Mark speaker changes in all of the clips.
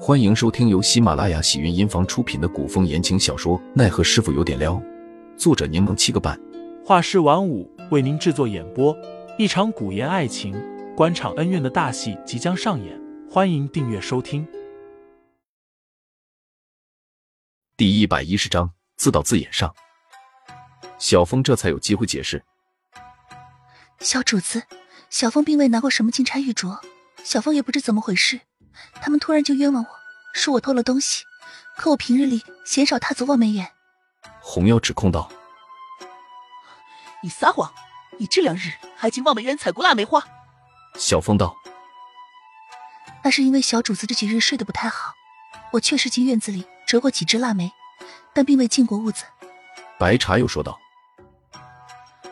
Speaker 1: 欢迎收听由喜马拉雅喜云音房出品的古风言情小说《奈何师傅有点撩》，作者柠檬七个半，
Speaker 2: 画师晚舞为您制作演播。一场古言爱情、官场恩怨的大戏即将上演，欢迎订阅收听。
Speaker 1: 第一百一十章自导自演上。小峰这才有机会解释，
Speaker 3: 小主子，小凤并未拿过什么金钗玉镯，小凤也不知怎么回事，他们突然就冤枉我，说我偷了东西。可我平日里鲜少踏足望梅园，
Speaker 1: 红妖指控道。
Speaker 4: 你撒谎！你这两日还进望梅园采过腊梅花？
Speaker 1: 小峰道，
Speaker 3: 那是因为小主子这几日睡得不太好。我确实进院子里折过几枝腊梅，但并未进过屋子。
Speaker 1: 白茶又说道，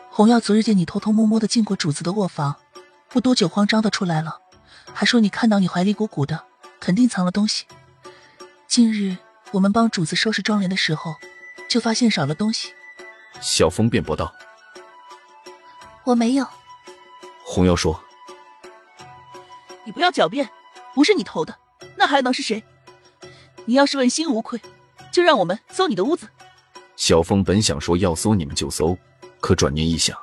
Speaker 4: 红药昨日见你偷偷摸摸的进过主子的卧房，不多久慌张的出来了，还说你看到你怀里鼓鼓的，肯定藏了东西。近日我们帮主子收拾妆奁的时候，就发现少了东西。
Speaker 1: 小峰辩驳道。
Speaker 3: 我没有，
Speaker 1: 红妖说，
Speaker 4: 你不要狡辩，不是你偷的，那还能是谁？你要是问心无愧，就让我们搜你的屋子。
Speaker 1: 小峰本想说要搜你们就搜，可转念一想，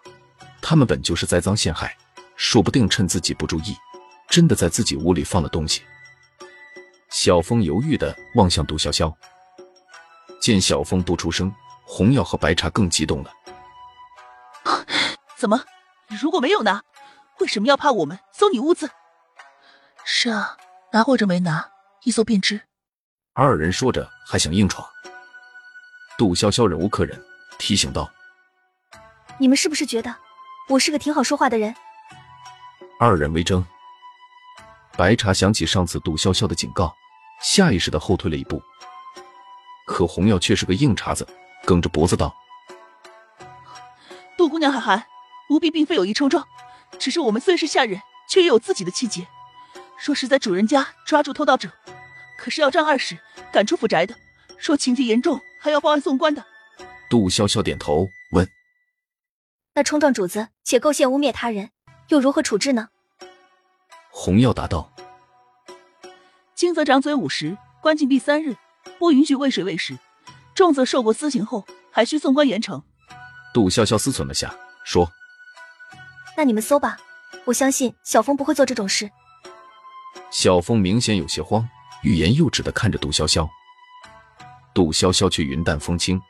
Speaker 1: 他们本就是栽赃陷害，说不定趁自己不注意，真的在自己屋里放了东西。小峰犹豫的望向杜潇潇，见小峰不出声，红药和白茶更激动了。
Speaker 4: 怎么？如果没有拿，为什么要怕我们搜你屋子？
Speaker 3: 是啊，拿或者没拿，一搜便知。
Speaker 1: 二人说着还想硬闯，杜潇潇忍无可忍，提醒道。
Speaker 5: 你们是不是觉得我是个挺好说话的人？
Speaker 1: 二人为争。白茶想起上次杜潇潇的警告，下意识的后退了一步。可红药却是个硬茬子，梗着脖子道
Speaker 4: 杜姑娘、海涵，奴婢并非有意冲撞，只是我们虽是下人，却也有自己的气节。若是在主人家抓住偷盗者，可是要杖二十，赶出府宅的；说情节严重，还要报案送官的。：“
Speaker 1: 杜潇潇点头问。
Speaker 5: 那冲撞主子且构陷污蔑他人，又如何处置呢？”
Speaker 1: 红药答道
Speaker 4: 轻则掌嘴五十，关禁闭三日，不允许喂水喂食；重则受过私刑后，还需送官严惩。：“
Speaker 1: 杜潇潇思忖了下，说
Speaker 5: 那你们搜吧，我相信小峰不会做这种事。
Speaker 1: 小峰明显有些慌，欲言又止的看着杜潇潇。杜潇潇却云淡风轻，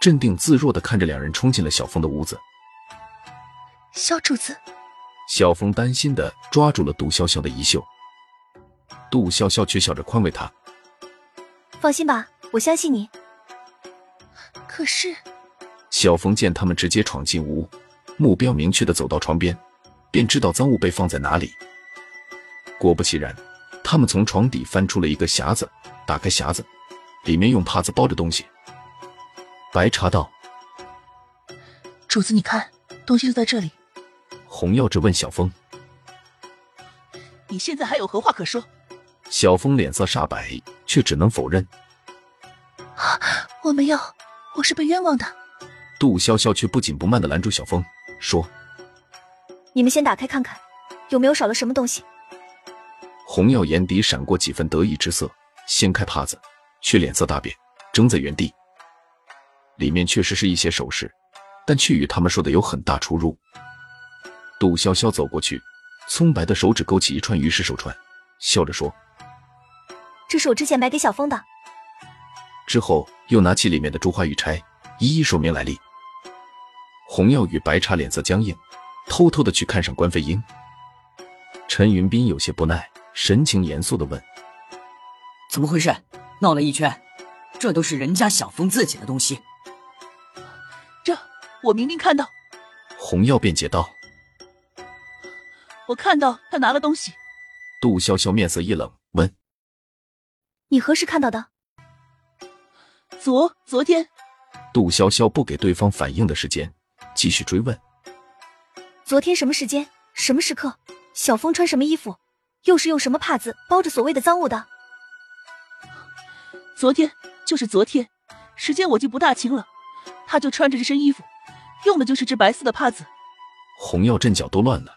Speaker 1: 镇定自若的看着两人冲进了小峰的屋子。
Speaker 3: 小主子，
Speaker 1: 小峰担心的抓住了杜潇潇的衣袖，杜潇潇却笑着宽慰他。
Speaker 5: 放心吧，我相信你。
Speaker 3: 可是
Speaker 1: 小峰见他们直接闯进屋，目标明确的走到床边，便知道赃物被放在哪里。果不其然，他们从床底翻出了一个匣子，打开匣子，里面用帕子包着东西。白茶道，
Speaker 4: 主子，你看，东西就在这里。
Speaker 1: 红药质问小峰，
Speaker 4: 你现在还有何话可说？
Speaker 1: 小峰脸色煞白，却只能否认。
Speaker 3: 我没有，我是被冤枉的。
Speaker 1: 杜潇潇却不紧不慢的拦住小峰，说
Speaker 5: 你们先打开看看，有没有少了什么东西？：“
Speaker 1: 红药眼底闪过几分得意之色，掀开帕子，却脸色大变，怔在原地。里面确实是一些首饰，但却与他们说的有很大出入。”杜潇潇走过去，葱白的手指勾起一串鱼食手串，笑着说。
Speaker 5: 这是我之前买给小峰的。
Speaker 1: 之后又拿起里面的珠花玉钗，一一说明来历。红药与白茶脸色僵硬，偷偷的去看上关飞鹰。陈云斌有些不耐，神情严肃的问
Speaker 6: 怎么回事？闹了一圈，这都是人家小峰自己的东西。
Speaker 4: 这我明明看到，
Speaker 1: 红药，辩解道。
Speaker 4: 我看到他拿了东西。
Speaker 1: 杜潇潇面色一冷，问
Speaker 5: 你何时看到的？
Speaker 4: 昨昨天
Speaker 1: 杜潇潇不给对方反应的时间，继续追问。
Speaker 5: 昨天什么时间？什么时刻？小峰穿什么衣服？又是用什么帕子包着所谓的赃物的？
Speaker 4: 昨天就是昨天，时间我记不大清了。他就穿着这身衣服，用的就是这白色的帕子。
Speaker 1: 红药阵脚都乱了。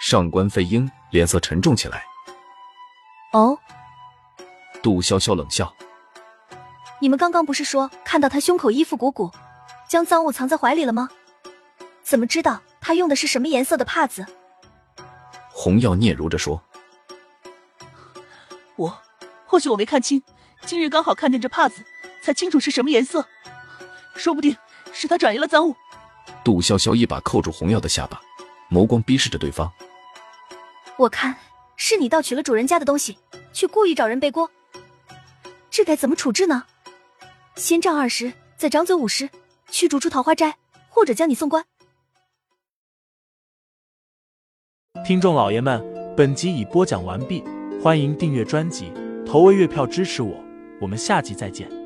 Speaker 1: 上官飞鹰脸色沉重起来，
Speaker 5: 哦，
Speaker 1: 杜潇潇冷笑，
Speaker 4: 你们刚刚不是说看到他胸口衣服鼓鼓，将赃物藏在怀里了吗？怎么知道他用的是什么颜色的帕子？
Speaker 1: 红耀嗫嚅着说。
Speaker 7: 我或许我没看清，今日刚好看见这帕子，才清楚是什么颜色。说不定是他转移了赃物。
Speaker 1: 杜潇潇一把扣住红耀的下巴，眸光逼视着对方。
Speaker 4: 我看是你盗取了主人家的东西，却故意找人背锅，这该怎么处置呢？先杖二十，再掌嘴五十，驱逐出桃花斋，或者将你送官。
Speaker 2: 听众老爷们，本集已播讲完毕，欢迎订阅专辑，投喂月票支持我，我们下集再见。